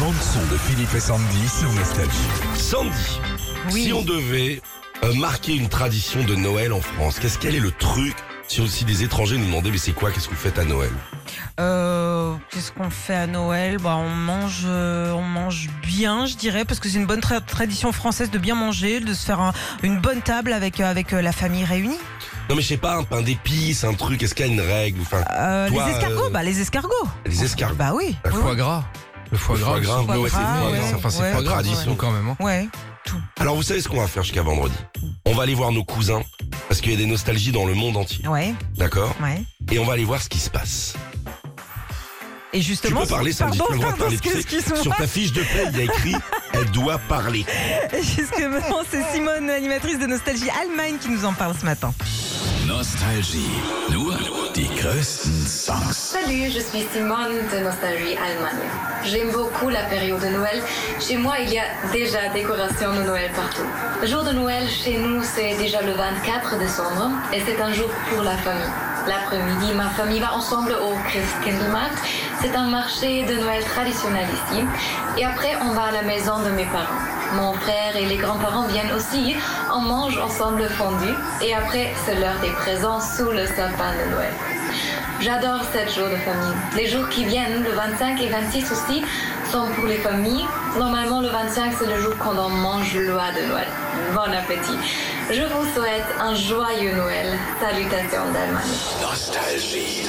bande-son de Philippe et Sandy sur Nostalgie. Sandy, Oui. si on devait euh, marquer une tradition de Noël en France, qu'est-ce qu'elle est le truc si aussi des étrangers nous demandaient mais c'est quoi qu'est-ce que vous faites à Noël Euh, Qu'est-ce qu'on fait à Noël bah, on, mange, euh, on mange bien, je dirais, parce que c'est une bonne tra- tradition française de bien manger, de se faire un- une bonne table avec, euh, avec euh, la famille réunie. Non mais je sais pas un pain d'épices, un truc, est-ce qu'il y a une règle enfin Euh, Toi, les escargots euh, Bah, les escargots. les escargots. Bah oui. La oui, Foie gras. Le foie Le gras. foie gras, aussi. ouais, ouais, c'est Ah, foie ouais. gras. Enfin, c'est Ouais. pas grave, Tradition. tradition quand même. hein. oui. Ouais. Alors vous savez ce qu'on va faire jusqu'à vendredi On va aller voir nos cousins parce qu'il y a des nostalgies dans le monde entier, Ouais, d'accord ouais. Et on va aller voir ce qui se passe. Et Tu justement. peux parler Sandy, pardon, tu as le droit de pardon, parler. Tu excuse- sais, excuse-moi. Sur ta fiche de paie, il y a écrit elle doit parler. Jusque maintenant, c'est Simone, animatrice de Nostalgie Allemagne, qui nous en parle ce matin. Nostalgie, nur die größten Songs. Salut, je suis Simone de Nostalgie Allemagne. J'aime beaucoup la période de Noël. Chez moi, il y a déjà décoration de Noël partout. Le jour de Noël chez nous, c'est déjà le 24 décembre et c'est un jour pour la famille. L'après-midi, ma famille va ensemble au Christkindlmarkt. C'est un marché de Noël traditionnel ici. Et après, on va à la maison de mes parents. Mon frère et les grands-parents viennent aussi. On mange ensemble fondu. Et après, c'est l'heure des présents sous le sapin de Noël. J'adore cette jour de famille. Les jours qui viennent, le 25 et 26 aussi, sont pour les familles. Normalement, le 25, c'est le jour quand on mange le lois de Noël. Bon appétit. Je vous souhaite un joyeux Noël. Salutations d'Allemagne. Nostalgie,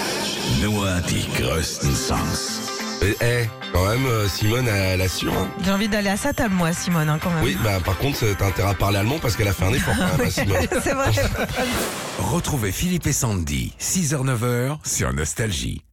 nur die größten Songs. Eh, eh, quand même, euh, Simone, elle assure. hein. J'ai envie d'aller à sa table, moi, Simone, hein, quand même. Oui, bah par contre, euh, t'as intérêt à parler allemand parce qu'elle a fait un effort quand même, hein, Simone. c'est vrai. Retrouvez Philippe et Sandy, 6h-9h sur Nostalgie.